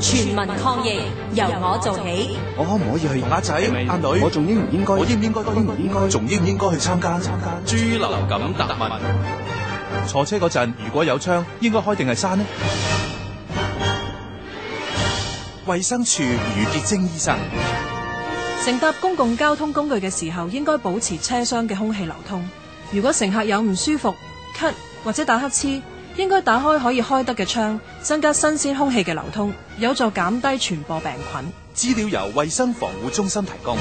全民抗疫，由我做起。我可唔可以去？阿仔、阿女，我仲應唔應該？我應唔應該？應唔應該？仲應唔應該去參加？參加豬流感特問，坐車嗰陣，如果有窗，應該開定係閂呢？衛生署余潔晶醫生，乘搭公共交通工具嘅時候，應該保持車廂嘅空氣流通。如果乘客有唔舒服、咳或者打乞嗤，應該打開可以開得嘅窗，增加新鮮空氣嘅流通，有助減低傳播病菌。資料由衛生防護中心提供。